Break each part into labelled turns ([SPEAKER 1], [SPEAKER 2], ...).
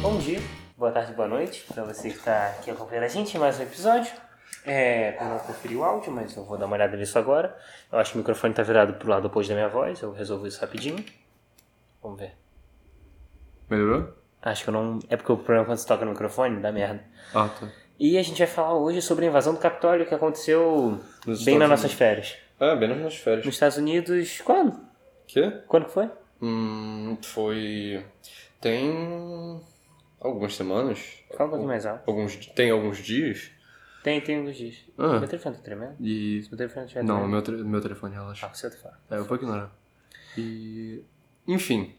[SPEAKER 1] bom dia, boa tarde, boa noite para você que está aqui acompanhando a gente em mais um episódio. É, eu não conferi o áudio, mas eu vou dar uma olhada nisso agora. Eu acho que o microfone está virado pro lado oposto da minha voz, eu resolvo isso rapidinho. Vamos ver.
[SPEAKER 2] Melhorou?
[SPEAKER 1] Acho que eu não. É porque o problema é quando você toca no microfone dá merda.
[SPEAKER 2] Ah, tá.
[SPEAKER 1] E a gente vai falar hoje sobre a invasão do Capitólio que aconteceu
[SPEAKER 2] Nos
[SPEAKER 1] bem
[SPEAKER 2] Estados
[SPEAKER 1] nas nossas férias.
[SPEAKER 2] Ah, bem nas minhas férias.
[SPEAKER 1] Nos Estados Unidos, quando?
[SPEAKER 2] Quê?
[SPEAKER 1] Quando que foi?
[SPEAKER 2] Hum, foi. Tem. algumas semanas.
[SPEAKER 1] Fala um pouquinho mais alto.
[SPEAKER 2] Alguns... Tem alguns dias.
[SPEAKER 1] Tem, tem uns dias.
[SPEAKER 2] Ah.
[SPEAKER 1] Meu telefone tá tremendo?
[SPEAKER 2] E.
[SPEAKER 1] Meu telefone tá tremendo?
[SPEAKER 2] Não, meu, tre- meu telefone, relaxa.
[SPEAKER 1] Ah, o seu telefone.
[SPEAKER 2] É, eu vou ignorar. E. Enfim.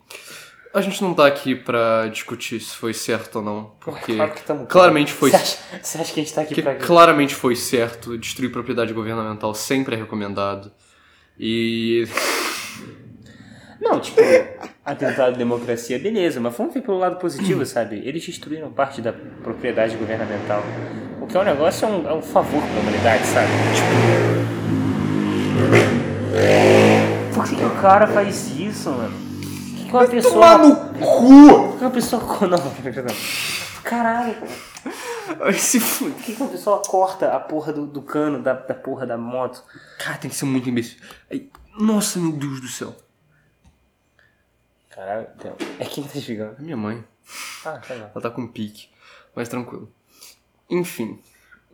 [SPEAKER 2] A gente não tá aqui pra discutir se foi certo ou não, porque
[SPEAKER 1] É Claro que tamo-
[SPEAKER 2] claramente foi
[SPEAKER 1] Você acha, você acha que a gente tá aqui
[SPEAKER 2] que
[SPEAKER 1] pra quê?
[SPEAKER 2] claramente foi certo, destruir propriedade governamental sempre é recomendado. E
[SPEAKER 1] Não, tipo, atentado à democracia, beleza, mas vamos ver pelo lado positivo, sabe? Eles destruíram parte da propriedade governamental. O que é um negócio é um, é um favor pra humanidade, sabe? Tipo. Por que, que o cara faz isso, mano? Por que, que uma pessoa.
[SPEAKER 2] cu!
[SPEAKER 1] Por que uma pessoa. Não, não, não. Caralho, por
[SPEAKER 2] Ai, se fu-
[SPEAKER 1] que, que uma pessoa corta a porra do, do cano da, da porra da moto?
[SPEAKER 2] Cara, tem que ser muito imbecil. Ai, nossa, meu Deus do céu.
[SPEAKER 1] Caralho, então, é quem tá chegando.
[SPEAKER 2] A minha mãe,
[SPEAKER 1] Ah, tá bom.
[SPEAKER 2] ela tá com pique, mas tranquilo. Enfim,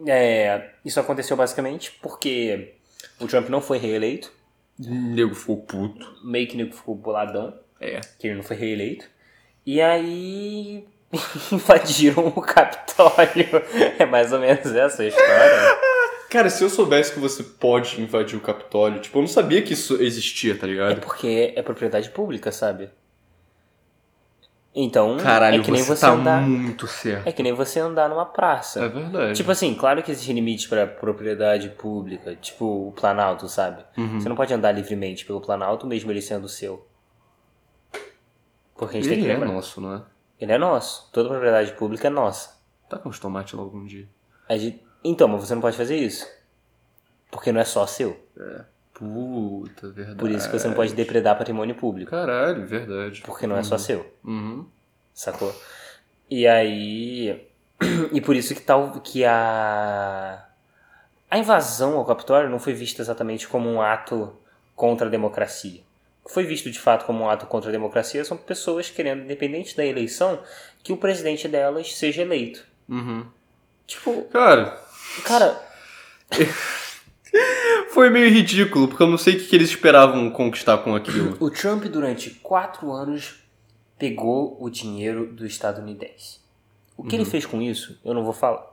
[SPEAKER 1] É, isso aconteceu basicamente porque o Trump não foi reeleito,
[SPEAKER 2] nego ficou puto.
[SPEAKER 1] meio que nego ficou boladão
[SPEAKER 2] É.
[SPEAKER 1] que ele não foi reeleito, e aí invadiram o Capitólio. É mais ou menos essa a história.
[SPEAKER 2] Cara, se eu soubesse que você pode invadir o Capitólio, tipo, eu não sabia que isso existia, tá
[SPEAKER 1] É
[SPEAKER 2] ligado?
[SPEAKER 1] porque é propriedade pública, sabe? Então,
[SPEAKER 2] Caralho,
[SPEAKER 1] é que nem
[SPEAKER 2] você,
[SPEAKER 1] você,
[SPEAKER 2] tá
[SPEAKER 1] andar,
[SPEAKER 2] muito certo.
[SPEAKER 1] é que nem você andar numa praça.
[SPEAKER 2] É verdade.
[SPEAKER 1] Tipo assim, claro que existe limite pra propriedade pública, tipo o Planalto, sabe?
[SPEAKER 2] Uhum.
[SPEAKER 1] Você não pode andar livremente pelo Planalto, mesmo ele sendo seu. Porque a gente tem
[SPEAKER 2] Ele
[SPEAKER 1] que
[SPEAKER 2] é
[SPEAKER 1] lembrar.
[SPEAKER 2] nosso, não é?
[SPEAKER 1] Ele é nosso. Toda propriedade pública é nossa.
[SPEAKER 2] Tá com os tomates lá algum dia.
[SPEAKER 1] A gente- Então, mas você não pode fazer isso. Porque não é só seu.
[SPEAKER 2] Puta, verdade.
[SPEAKER 1] Por isso que você não pode depredar patrimônio público.
[SPEAKER 2] Caralho, verdade.
[SPEAKER 1] Porque não é só seu.
[SPEAKER 2] Uhum.
[SPEAKER 1] Sacou? E aí. E por isso que tal que a. A invasão ao Capitólio não foi vista exatamente como um ato contra a democracia. O que Foi visto de fato como um ato contra a democracia são pessoas querendo, independente da eleição, que o presidente delas seja eleito.
[SPEAKER 2] Uhum.
[SPEAKER 1] Tipo,
[SPEAKER 2] Cara,
[SPEAKER 1] cara,
[SPEAKER 2] Foi meio ridículo, porque eu não sei o que que eles esperavam conquistar com aquilo.
[SPEAKER 1] o Trump durante quatro anos pegou o dinheiro do estadunidense. O que ele fez com isso, eu não vou falar.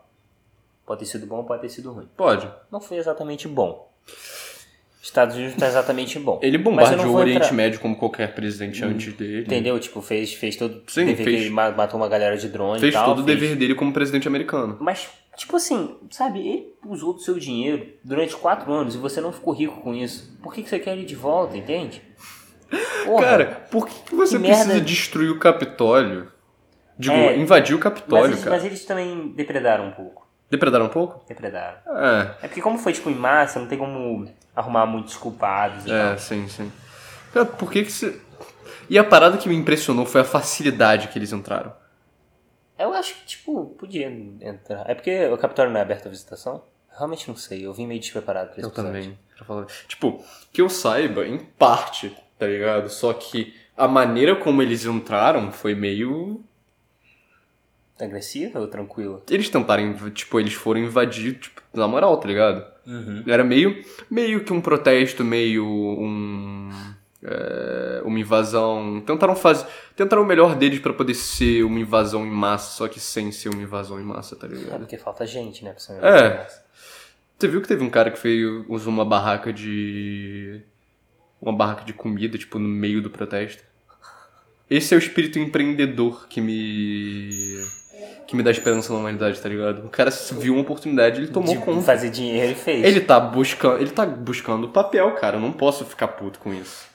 [SPEAKER 1] Pode ter sido bom, pode ter sido ruim.
[SPEAKER 2] Pode.
[SPEAKER 1] não foi exatamente bom. Estados Unidos não tá exatamente bom.
[SPEAKER 2] Ele
[SPEAKER 1] Mas eu não
[SPEAKER 2] bombardeou o
[SPEAKER 1] vou
[SPEAKER 2] Oriente
[SPEAKER 1] entrar- Hum.
[SPEAKER 2] Médio como qualquer presidente antes dele.
[SPEAKER 1] Entendeu? Tipo, fez, fez todo o
[SPEAKER 2] Sim,
[SPEAKER 1] dever
[SPEAKER 2] fez.
[SPEAKER 1] dele, ma- matou uma galera de drone
[SPEAKER 2] Fez
[SPEAKER 1] e tal.
[SPEAKER 2] todo o dever dele como presidente americano.
[SPEAKER 1] Mas, tipo assim, sabe, ele usou do seu dinheiro durante quatro anos e você não ficou rico com isso. Por que, que você quer ele de volta, entende? Porra,
[SPEAKER 2] Cara, é por que que você
[SPEAKER 1] Que merda.
[SPEAKER 2] precisa destruir o Capitólio? Digo,
[SPEAKER 1] É.
[SPEAKER 2] invadir o
[SPEAKER 1] mas,
[SPEAKER 2] Capitólio,
[SPEAKER 1] eles,
[SPEAKER 2] cara.
[SPEAKER 1] mas eles também depredaram um pouco.
[SPEAKER 2] Depredaram um pouco?
[SPEAKER 1] Depredaram.
[SPEAKER 2] É,
[SPEAKER 1] É porque como foi, tipo, em massa, não tem como arrumar muitos culpados e
[SPEAKER 2] é, sim, sim. Cara, por que que você... E a parada que me impressionou foi a facilidade que eles entraram.
[SPEAKER 1] Eu acho que, tipo, podia entrar. É porque o Capitólio não é aberto à visitação? Realmente não sei. Eu vim meio despreparado pra esse
[SPEAKER 2] Eu
[SPEAKER 1] episódio.
[SPEAKER 2] também. pra falar- Tipo, que eu saiba, em parte, tá ligado? Só que a maneira como eles entraram foi meio.
[SPEAKER 1] Agressiva ou tranquila?
[SPEAKER 2] Eles tentaram, inv- tipo, eles foram invadir, tipo, na moral, tá ligado?
[SPEAKER 1] Uhum.
[SPEAKER 2] Era meio, meio que um protesto, meio um. é, uma invasão. Tentaram fazer. Tentaram o melhor deles pra poder ser uma invasão em massa, só que sem ser uma invasão em massa, tá
[SPEAKER 1] É
[SPEAKER 2] ligado?
[SPEAKER 1] porque falta gente, né? Pra ser
[SPEAKER 2] É. Você viu que teve um cara que veio, usou uma barraca de. Uma barraca de comida, tipo, no meio do protesto? Esse é o espírito empreendedor que me. que me dá esperança na humanidade, tá ligado? O cara viu uma oportunidade, ele tomou
[SPEAKER 1] De
[SPEAKER 2] conta.
[SPEAKER 1] fazer dinheiro e fez.
[SPEAKER 2] Ele tá buscando. Ele tá buscando papel, cara. Eu não posso ficar puto com isso.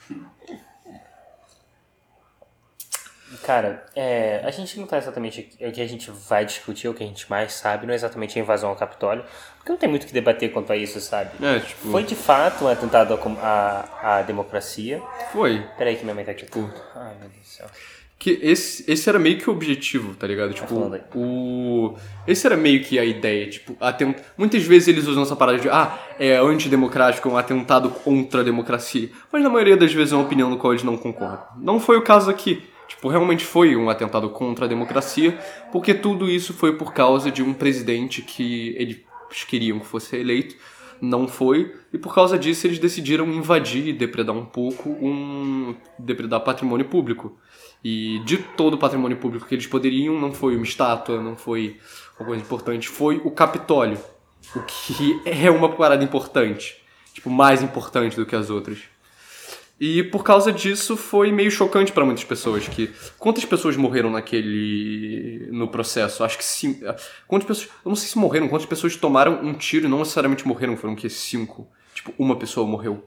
[SPEAKER 1] Cara, é, a gente não tá exatamente... aqui- O que a gente vai discutir, o que a gente mais sabe, não é exatamente a invasão ao Capitólio. Porque não tem muito o que debater quanto a isso, sabe?
[SPEAKER 2] É, tipo.
[SPEAKER 1] Foi, de fato, um atentado à com- à à democracia.
[SPEAKER 2] Foi.
[SPEAKER 1] Peraí que minha mãe tá aqui.
[SPEAKER 2] Tipo,
[SPEAKER 1] Ai, meu Deus do céu.
[SPEAKER 2] Que esse, esse era meio que o objetivo, tá ligado? Tipo,
[SPEAKER 1] falando aí.
[SPEAKER 2] o. Esse era meio que a ideia, tipo, atent... muitas vezes eles usam essa parada de ah, é antidemocrático, é um atentado contra a democracia. Mas na maioria das vezes é uma opinião no qual eles não concordam. Não foi o caso aqui. Tipo, realmente foi um atentado contra a democracia, porque tudo isso foi por causa de um presidente que eles queriam que fosse eleito, não foi, e por causa disso eles decidiram invadir e depredar um pouco um. depredar patrimônio público. E de todo o patrimônio público que eles poderiam, não foi uma estátua, não foi uma coisa importante, foi o Capitólio. O que é uma parada importante. Tipo, mais importante do que as outras. E por causa disso foi meio chocante pra muitas pessoas que quantas pessoas morreram naquele no processo? Acho que sim. Quantas pessoas, eu não sei se morreram, quantas pessoas tomaram um tiro e não necessariamente morreram, foram o quê? Cinco. Tipo, uma pessoa morreu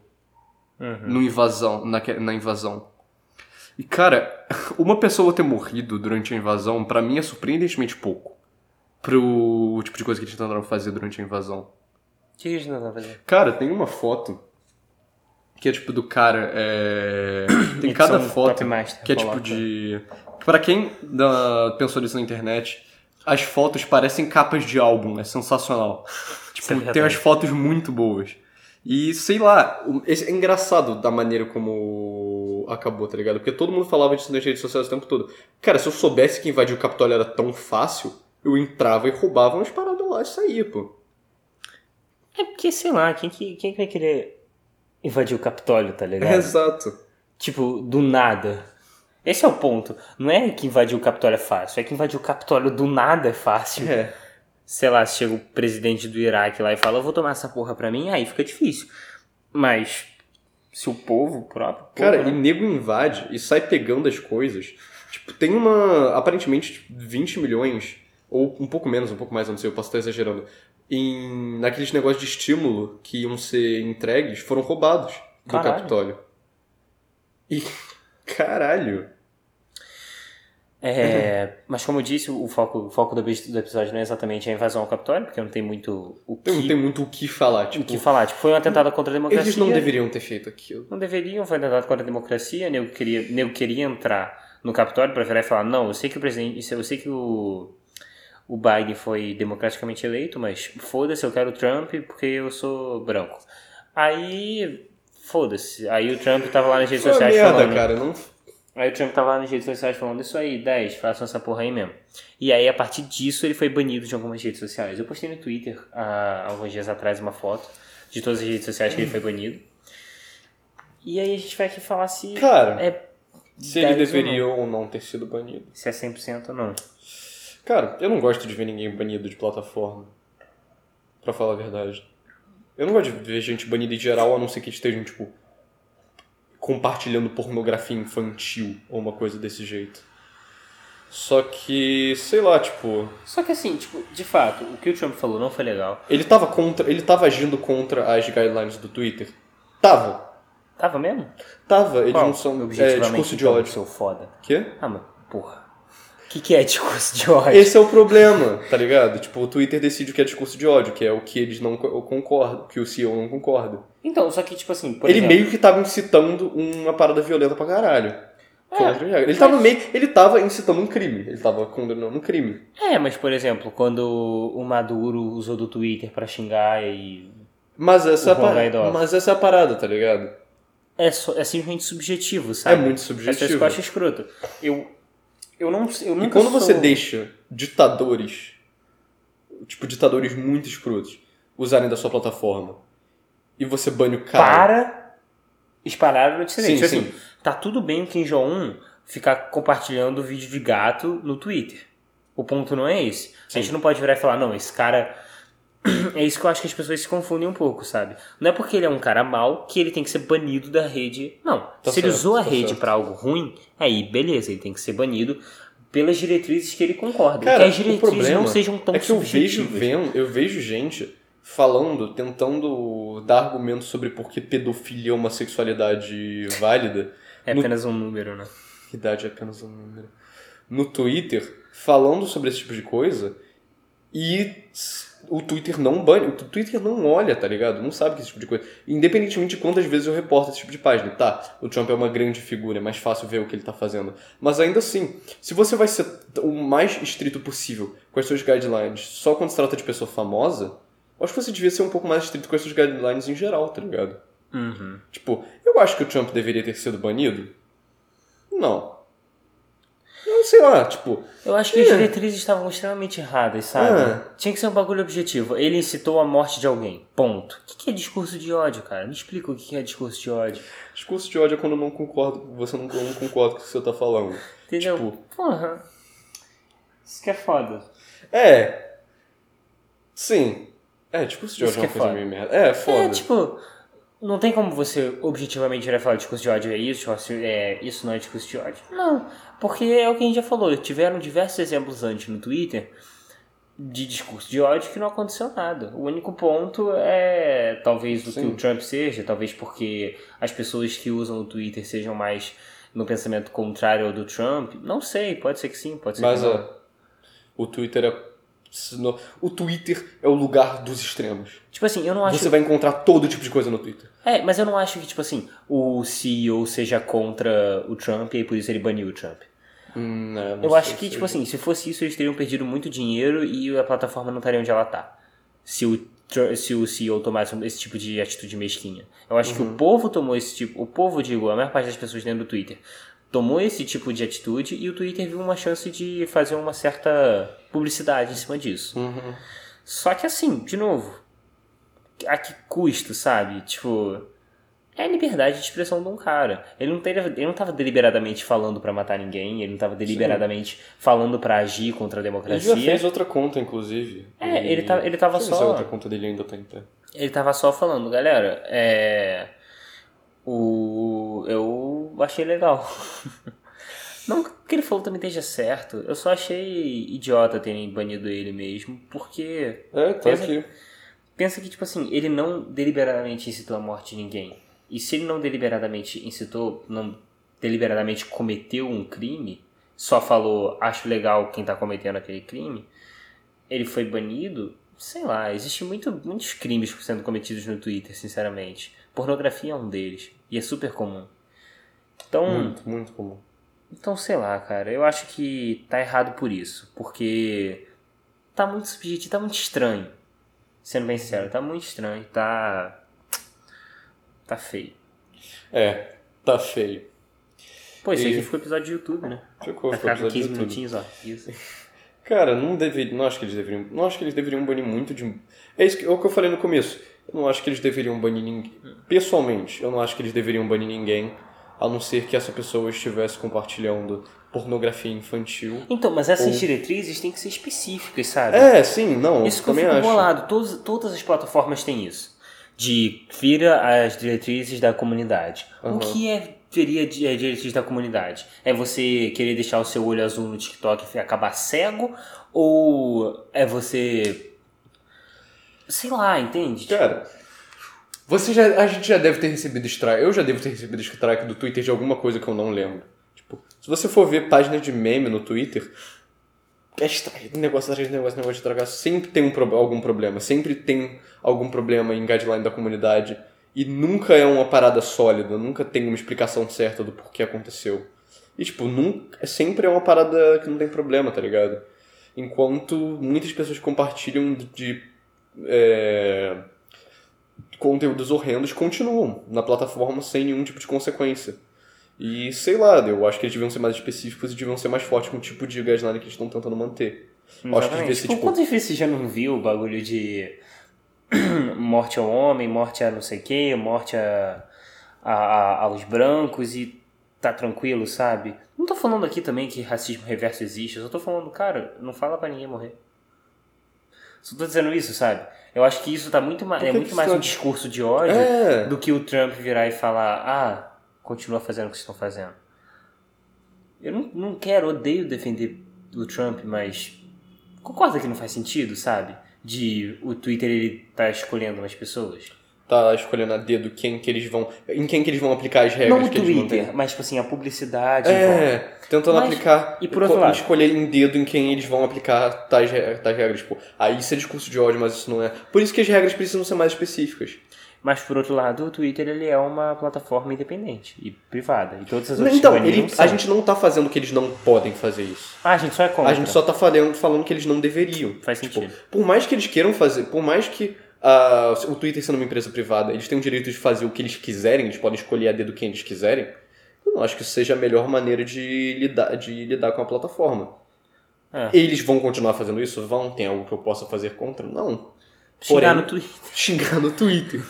[SPEAKER 1] Uhum.
[SPEAKER 2] no É. invasão, naque- na, invasão. E cara, uma pessoa ter morrido durante a invasão, pra mim é surpreendentemente pouco. Pro tipo de coisa que eles tentaram fazer durante a invasão.
[SPEAKER 1] O que
[SPEAKER 2] né,
[SPEAKER 1] eles não estão fazendo?
[SPEAKER 2] Cara, tem uma foto que é tipo do cara. é, Tem
[SPEAKER 1] Edição
[SPEAKER 2] cada foto
[SPEAKER 1] Top Master,
[SPEAKER 2] que é tipo
[SPEAKER 1] um coloca.
[SPEAKER 2] de. Pra quem da- pensou nisso na internet, as fotos parecem capas de álbum, é sensacional.
[SPEAKER 1] Isso é
[SPEAKER 2] Tipo, tem
[SPEAKER 1] verdade.
[SPEAKER 2] umas fotos muito boas. E sei lá, o- esse- é engraçado da maneira como acabou, tá ligado? Porque todo mundo falava disso nas redes sociais o tempo todo. Cara, se eu soubesse que invadir o Capitólio era tão fácil, eu entrava e roubava umas paradas lá e saía, pô.
[SPEAKER 1] É porque, sei lá, quem que, quem que vai querer invadir o Capitólio, tá ligado?
[SPEAKER 2] Exato.
[SPEAKER 1] Tipo, do nada. Esse é o ponto. Não é que invadir o Capitólio é fácil, é que invadir o Capitólio do nada é fácil.
[SPEAKER 2] É.
[SPEAKER 1] Sei lá, se chega o presidente do Iraque lá e fala, eu vou tomar essa porra pra mim, aí fica difícil. Mas, se o povo próprio.
[SPEAKER 2] Cara,
[SPEAKER 1] povo,
[SPEAKER 2] e
[SPEAKER 1] né?
[SPEAKER 2] nego invade e sai pegando as coisas. Tipo, tem uma. Aparentemente, tipo, 20 milhões, ou um pouco menos, um pouco mais, eu não sei, eu posso estar exagerando. Em, naqueles negócios de estímulo que iam ser entregues foram roubados do
[SPEAKER 1] Caralho.
[SPEAKER 2] Capitólio. E. Caralho!
[SPEAKER 1] É, mas, como eu disse, o foco, o foco do, epi- do episódio não é exatamente a invasão ao Capitólio, porque não tem muito o que,
[SPEAKER 2] Eu não tenho muito o que falar.
[SPEAKER 1] o
[SPEAKER 2] Tipo,
[SPEAKER 1] que falar. Tipo, foi um atentado contra a democracia.
[SPEAKER 2] eles não deveriam ter feito aquilo.
[SPEAKER 1] Não deveriam, foi atentado contra a democracia, nego queria, nego queria entrar no Capitólio para virar e falar, não, eu sei que o presidente, eu sei que o, o Biden foi democraticamente eleito, mas foda-se, eu quero o Trump porque eu sou branco. Aí, foda-se, aí o Trump tava lá nas redes
[SPEAKER 2] Foi uma
[SPEAKER 1] sociais
[SPEAKER 2] merda,
[SPEAKER 1] falando...
[SPEAKER 2] cara. Não...
[SPEAKER 1] Aí o Trump tava lá nas redes sociais falando isso aí, 10, façam essa porra aí mesmo. E aí, a partir disso, ele foi banido de algumas redes sociais. Eu postei no Twitter há alguns dias atrás uma foto de todas as redes sociais que ele foi banido. E aí a gente vai aqui falar se
[SPEAKER 2] Cara,
[SPEAKER 1] é
[SPEAKER 2] se
[SPEAKER 1] 10 ou não.
[SPEAKER 2] eles deveriam ou não ter sido banidos.
[SPEAKER 1] se é 100% ou não.
[SPEAKER 2] Cara, eu não gosto de ver ninguém banido de plataforma. Pra falar a verdade. Eu não gosto de ver gente banida em geral, a não ser que estejam, tipo, compartilhando pornografia infantil ou uma coisa desse jeito. Só que, sei lá, tipo,
[SPEAKER 1] Só que assim, tipo, de fato, o que o Trump falou não foi legal.
[SPEAKER 2] ele tava contra, ele tava agindo contra as guidelines do Twitter. Tava.
[SPEAKER 1] Tava mesmo?
[SPEAKER 2] Tava, eles
[SPEAKER 1] Qual?
[SPEAKER 2] não são é,
[SPEAKER 1] Objetivamente,
[SPEAKER 2] discurso de
[SPEAKER 1] então,
[SPEAKER 2] ódio.
[SPEAKER 1] Seu foda.
[SPEAKER 2] Quê?
[SPEAKER 1] Ah, mas porra. O que, que é discurso de ódio?
[SPEAKER 2] Esse é o problema, tá ligado? Tipo, o Twitter decide o que é discurso de ódio, que é o que eles não co- concordam, o que o CEO não concorda.
[SPEAKER 1] Então, só que tipo assim, por
[SPEAKER 2] ele
[SPEAKER 1] exemplo...
[SPEAKER 2] meio que tava incitando uma parada violenta pra caralho. Contra o Iago. ele
[SPEAKER 1] É, mas-
[SPEAKER 2] tava meio. Ele tava incitando um crime. Ele tava condenando um crime.
[SPEAKER 1] É, mas por exemplo, quando o Maduro usou do Twitter pra xingar e.
[SPEAKER 2] Mas essa, é a
[SPEAKER 1] O Juan
[SPEAKER 2] parada,
[SPEAKER 1] Guaidó.
[SPEAKER 2] mas essa é a parada, tá ligado?
[SPEAKER 1] É, só- é simplesmente subjetivo, sabe?
[SPEAKER 2] É muito
[SPEAKER 1] Essa
[SPEAKER 2] subjetivo.
[SPEAKER 1] eu acho escroto. Eu. Eu não. Eu
[SPEAKER 2] E
[SPEAKER 1] nunca
[SPEAKER 2] quando você
[SPEAKER 1] sou-
[SPEAKER 2] deixa ditadores, tipo, ditadores muito escrotos, usarem da sua plataforma e você bane o cara.
[SPEAKER 1] Para espalhar a notícia
[SPEAKER 2] Sim,
[SPEAKER 1] dele. Tipo
[SPEAKER 2] sim.
[SPEAKER 1] assim, tá tudo bem o Kim Jong-un um ficar compartilhando vídeo de gato no Twitter. O ponto não é esse. A gente
[SPEAKER 2] Sim.
[SPEAKER 1] não pode virar e falar, não, esse cara. É isso que eu acho que as pessoas se confundem um pouco, sabe? Não é porque ele é um cara mau que ele tem que ser banido da rede. Não.
[SPEAKER 2] Tá
[SPEAKER 1] Se ele
[SPEAKER 2] certo,
[SPEAKER 1] usou a
[SPEAKER 2] tá
[SPEAKER 1] rede
[SPEAKER 2] certo.
[SPEAKER 1] pra algo ruim, aí beleza, ele tem que ser banido pelas diretrizes que ele concorda.
[SPEAKER 2] Cara,
[SPEAKER 1] que as
[SPEAKER 2] o
[SPEAKER 1] diretrizes
[SPEAKER 2] problema
[SPEAKER 1] não sejam tão
[SPEAKER 2] é que eu vejo,
[SPEAKER 1] subjetivas.
[SPEAKER 2] vendo, eu vejo gente falando, tentando dar argumentos sobre por que pedofilia é uma sexualidade válida.
[SPEAKER 1] É
[SPEAKER 2] no-
[SPEAKER 1] apenas um número, né?
[SPEAKER 2] Idade é apenas um número. No Twitter, falando sobre esse tipo de coisa e s- o Twitter não banha, o Twitter não olha, tá ligado? Não sabe que esse tipo de coisa. Independentemente de quantas vezes eu reporto esse tipo de página. Tá, o Trump é uma grande figura, é mais fácil ver o que ele tá fazendo. Mas ainda assim, se você vai ser o mais estrito possível com as suas guidelines só quando se trata de pessoa famosa, eu acho que você devia ser um pouco mais estrito com as suas guidelines em geral, tá ligado?
[SPEAKER 1] Uhum.
[SPEAKER 2] Tipo, eu acho que o Trump deveria ter sido banido? Não. Eu sei lá, tipo,
[SPEAKER 1] Eu acho que as diretrizes estavam extremamente erradas, sabe?
[SPEAKER 2] É.
[SPEAKER 1] Tinha que ser um bagulho objetivo. Ele incitou a morte de alguém. Ponto. O que que é discurso de ódio, cara? Me explica o que que é discurso de ódio.
[SPEAKER 2] discurso de ódio é quando eu não concordo, você não, eu não concorda com o que você tá falando.
[SPEAKER 1] Entendeu?
[SPEAKER 2] Tipo-
[SPEAKER 1] Porra. Isso que é foda.
[SPEAKER 2] É. Sim. É, discurso de
[SPEAKER 1] Isso
[SPEAKER 2] ódio é
[SPEAKER 1] que
[SPEAKER 2] uma
[SPEAKER 1] é
[SPEAKER 2] coisa
[SPEAKER 1] foda.
[SPEAKER 2] meio merda. É, foda.
[SPEAKER 1] É, tipo, não tem como você objetivamente virar e falar discurso de ódio é isso, ou se- é, isso não é discurso de ódio. Não, porque é o que a gente já falou, tiveram diversos exemplos antes no Twitter de discurso de ódio que não aconteceu nada. O único ponto é talvez o que
[SPEAKER 2] Sim.
[SPEAKER 1] o Trump seja, talvez porque as pessoas que usam o Twitter sejam mais no pensamento contrário ao do Trump. Não sei, pode ser que sim, pode ser
[SPEAKER 2] Mas
[SPEAKER 1] que não.
[SPEAKER 2] é, o Twitter é. se não- O Twitter é o lugar dos extremos.
[SPEAKER 1] Tipo assim, eu não acho
[SPEAKER 2] Você vai encontrar todo tipo de coisa no Twitter.
[SPEAKER 1] É, mas eu não acho que, tipo assim, o CEO seja contra o Trump e aí por isso ele baniu o Trump.
[SPEAKER 2] Hum, é, não
[SPEAKER 1] Eu
[SPEAKER 2] sei
[SPEAKER 1] acho que,
[SPEAKER 2] se-
[SPEAKER 1] tipo assim, se fosse isso, eles teriam perdido muito dinheiro e a plataforma não estaria onde ela tá. Se o, Tr- se o CEO tomasse um- esse tipo de atitude mesquinha. Eu acho que o
[SPEAKER 2] Uhum.
[SPEAKER 1] povo tomou esse tipo. O povo, digo, a maior parte das pessoas dentro do Twitter tomou esse tipo de atitude e o Twitter viu uma chance de fazer uma certa publicidade em cima disso.
[SPEAKER 2] Uhum.
[SPEAKER 1] Só que assim, de novo, a que custo, sabe? Tipo, é a liberdade de expressão de um cara. Ele não, teria, ele não tava deliberadamente falando pra matar ninguém, ele não tava deliberadamente falando pra agir contra a
[SPEAKER 2] Ele já
[SPEAKER 1] democracia.
[SPEAKER 2] fez é outra conta, inclusive.
[SPEAKER 1] É,
[SPEAKER 2] E-
[SPEAKER 1] ele tá- ele tava
[SPEAKER 2] Deixa eu
[SPEAKER 1] só-
[SPEAKER 2] ver se a outra conta dele ainda tá em pé.
[SPEAKER 1] Ele tava só falando, galera, é. O. Eu achei legal. Não que o que ele falou também esteja certo, eu só achei idiota terem banido ele mesmo, porque.
[SPEAKER 2] É, tá
[SPEAKER 1] Pensa-
[SPEAKER 2] aqui.
[SPEAKER 1] Pensa que, tipo assim, ele não deliberadamente incitou a morte de ninguém. E se ele não deliberadamente incitou, não deliberadamente cometeu um crime, só falou, acho legal quem tá cometendo aquele crime, ele foi banido, sei lá, existem muito, muitos crimes sendo cometidos no Twitter, sinceramente. Pornografia é um deles, e é super comum. Então,
[SPEAKER 2] Muito, muito comum.
[SPEAKER 1] então, sei lá, cara, eu acho que tá errado por isso, porque tá muito subjetivo, tá muito estranho. Sendo bem sincero, tá muito estranho, tá. tá feio.
[SPEAKER 2] É, tá feio.
[SPEAKER 1] Pô, isso
[SPEAKER 2] E-
[SPEAKER 1] aqui ficou episódio de YouTube, né?
[SPEAKER 2] Ficou,
[SPEAKER 1] Vai
[SPEAKER 2] ficou
[SPEAKER 1] ficar com
[SPEAKER 2] episódio
[SPEAKER 1] 15
[SPEAKER 2] de tudo.
[SPEAKER 1] minutinhos, ó. Isso.
[SPEAKER 2] Cara, não deveria. Não acho que eles deveriam. Não acho que eles deveriam banir muito de. É isso que, é o que eu falei no começo. Eu não acho que eles deveriam banir ninguém. Pessoalmente, eu não acho que eles deveriam banir ninguém. A não ser que essa pessoa estivesse compartilhando pornografia infantil.
[SPEAKER 1] Então, mas essas
[SPEAKER 2] Ou-
[SPEAKER 1] diretrizes têm que ser específicas, sabe?
[SPEAKER 2] É, sim, não.
[SPEAKER 1] Isso que eu
[SPEAKER 2] também
[SPEAKER 1] fico
[SPEAKER 2] acho.
[SPEAKER 1] bolado. Todas, todas as plataformas têm isso. De vira as diretrizes da comunidade.
[SPEAKER 2] Aham.
[SPEAKER 1] O que é viria de- é diretriz da comunidade? É você querer deixar o seu olho azul no TikTok e acabar cego? Ou é você. Sei lá, entende? Tipo,
[SPEAKER 2] Cara. Você já, a gente já deve ter recebido strike. Eu já devo ter recebido strike do Twitter de alguma coisa que eu não lembro. Tipo, se você for ver página de meme no Twitter, é strike, negócio atrás de negócio, negócio de tragar. Sempre tem um, prob- algum problema. Sempre tem algum problema em guideline da comunidade. E nunca é uma parada sólida. Nunca tem uma explicação certa do porquê aconteceu. E, tipo, nunca, é sempre é uma parada que não tem problema, tá ligado? Enquanto muitas pessoas compartilham de é, conteúdos horrendos continuam na plataforma sem nenhum tipo de consequência. E sei lá, eu acho que eles deviam ser mais específicos e deviam ser mais fortes com o tipo de guideline que eles estão tentando manter. Eu acho que devia
[SPEAKER 1] Exatamente.
[SPEAKER 2] ser,
[SPEAKER 1] Tipo,
[SPEAKER 2] tipo-
[SPEAKER 1] Quantas vezes você já não viu o bagulho de morte ao homem, morte a não sei o que, morte a, a- a- aos brancos e tá tranquilo, sabe? Não tô falando aqui também que racismo reverso existe, eu só tô falando, cara, não fala pra ninguém morrer. Só tô dizendo isso, sabe? Eu acho que isso tá muito mais.
[SPEAKER 2] Por
[SPEAKER 1] É
[SPEAKER 2] que
[SPEAKER 1] muito
[SPEAKER 2] que
[SPEAKER 1] mais
[SPEAKER 2] isso
[SPEAKER 1] um
[SPEAKER 2] tá-
[SPEAKER 1] discurso de ódio
[SPEAKER 2] É,
[SPEAKER 1] do que o Trump virar e falar, ah, continua fazendo o que vocês estão fazendo. Eu não, não quero, odeio defender o Trump, mas concorda que não faz sentido, sabe? De o Twitter ele tá escolhendo umas pessoas.
[SPEAKER 2] tá escolhendo a dedo quem que eles vão. Em quem que eles vão aplicar as regras
[SPEAKER 1] Não o
[SPEAKER 2] É, que eles vão ter.
[SPEAKER 1] Twitter, mas tipo assim, a publicidade.
[SPEAKER 2] É, tentando
[SPEAKER 1] Mas-
[SPEAKER 2] aplicar.
[SPEAKER 1] e por outro
[SPEAKER 2] co-
[SPEAKER 1] lado?
[SPEAKER 2] Escolher em dedo em quem eles vão aplicar tais, re- tais regras. Tipo, aí isso é discurso de ódio, mas isso não é. Por isso que as regras precisam ser mais específicas.
[SPEAKER 1] Mas por outro lado, o Twitter ele é uma plataforma independente e privada. E todas as
[SPEAKER 2] Não,
[SPEAKER 1] outras
[SPEAKER 2] então,
[SPEAKER 1] companhias
[SPEAKER 2] ele-
[SPEAKER 1] não são.
[SPEAKER 2] a gente não tá fazendo que eles não podem fazer isso.
[SPEAKER 1] Ah, a gente só é contra.
[SPEAKER 2] A gente só tá falando, falando que eles não deveriam. Tipo,
[SPEAKER 1] Faz sentido.
[SPEAKER 2] Por mais que eles queiram fazer, por mais que ah, o Twitter sendo uma empresa privada, eles têm o direito de fazer o que eles quiserem, eles podem escolher a dedo quem eles quiserem. Eu não acho que isso seja a melhor maneira de lidar, de lidar com a plataforma.
[SPEAKER 1] É.
[SPEAKER 2] Eles vão continuar fazendo isso? Vão? Tem algo que eu possa fazer contra? Não.
[SPEAKER 1] Chegar
[SPEAKER 2] porém-
[SPEAKER 1] no Twitter.
[SPEAKER 2] Xingar no Twitter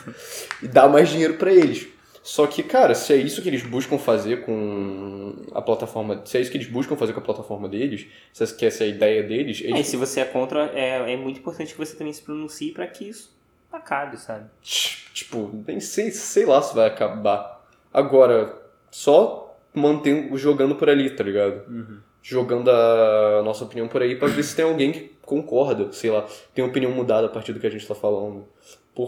[SPEAKER 2] e dar mais dinheiro pra eles. Só que, cara, se é isso que eles buscam fazer com a plataforma, se é isso que eles buscam fazer com a plataforma deles, se essa, que essa é a ideia deles,
[SPEAKER 1] É, e
[SPEAKER 2] eles
[SPEAKER 1] se você é contra, é, é muito importante que você também se pronuncie pra que isso acabe, sabe?
[SPEAKER 2] Tipo, nem sei, sei lá se vai acabar. Agora, só mantendo, jogando por ali, tá ligado? Jogando a nossa opinião por aí pra ver se tem alguém que concorda, sei lá, tem opinião mudada a partir do que a gente tá falando.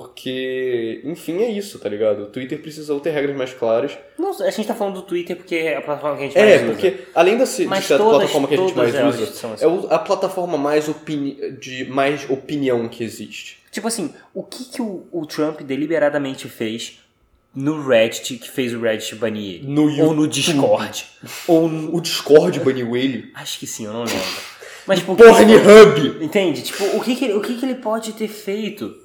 [SPEAKER 2] Porque, enfim, é isso, tá ligado? O Twitter precisou ter regras mais claras.
[SPEAKER 1] Não, a gente tá falando do Twitter porque é a plataforma que a gente mais
[SPEAKER 2] É,
[SPEAKER 1] usa.
[SPEAKER 2] porque além da se- de
[SPEAKER 1] Mas
[SPEAKER 2] ser a
[SPEAKER 1] todas-
[SPEAKER 2] plataforma que a gente
[SPEAKER 1] todas
[SPEAKER 2] mais
[SPEAKER 1] elas
[SPEAKER 2] usa,
[SPEAKER 1] são assim.
[SPEAKER 2] é o- a plataforma mais, opini de mais opinião que existe.
[SPEAKER 1] Tipo assim, o que, que o, o Trump deliberadamente fez no Reddit que fez o Reddit banir ele?
[SPEAKER 2] No
[SPEAKER 1] ou no
[SPEAKER 2] YouTube.
[SPEAKER 1] Discord. ou no...
[SPEAKER 2] O Discord baniu ele.
[SPEAKER 1] Acho que sim, eu não lembro. Mas tipo,
[SPEAKER 2] Pornhub!
[SPEAKER 1] Entende? Tipo, o que que ele, o que que ele pode ter feito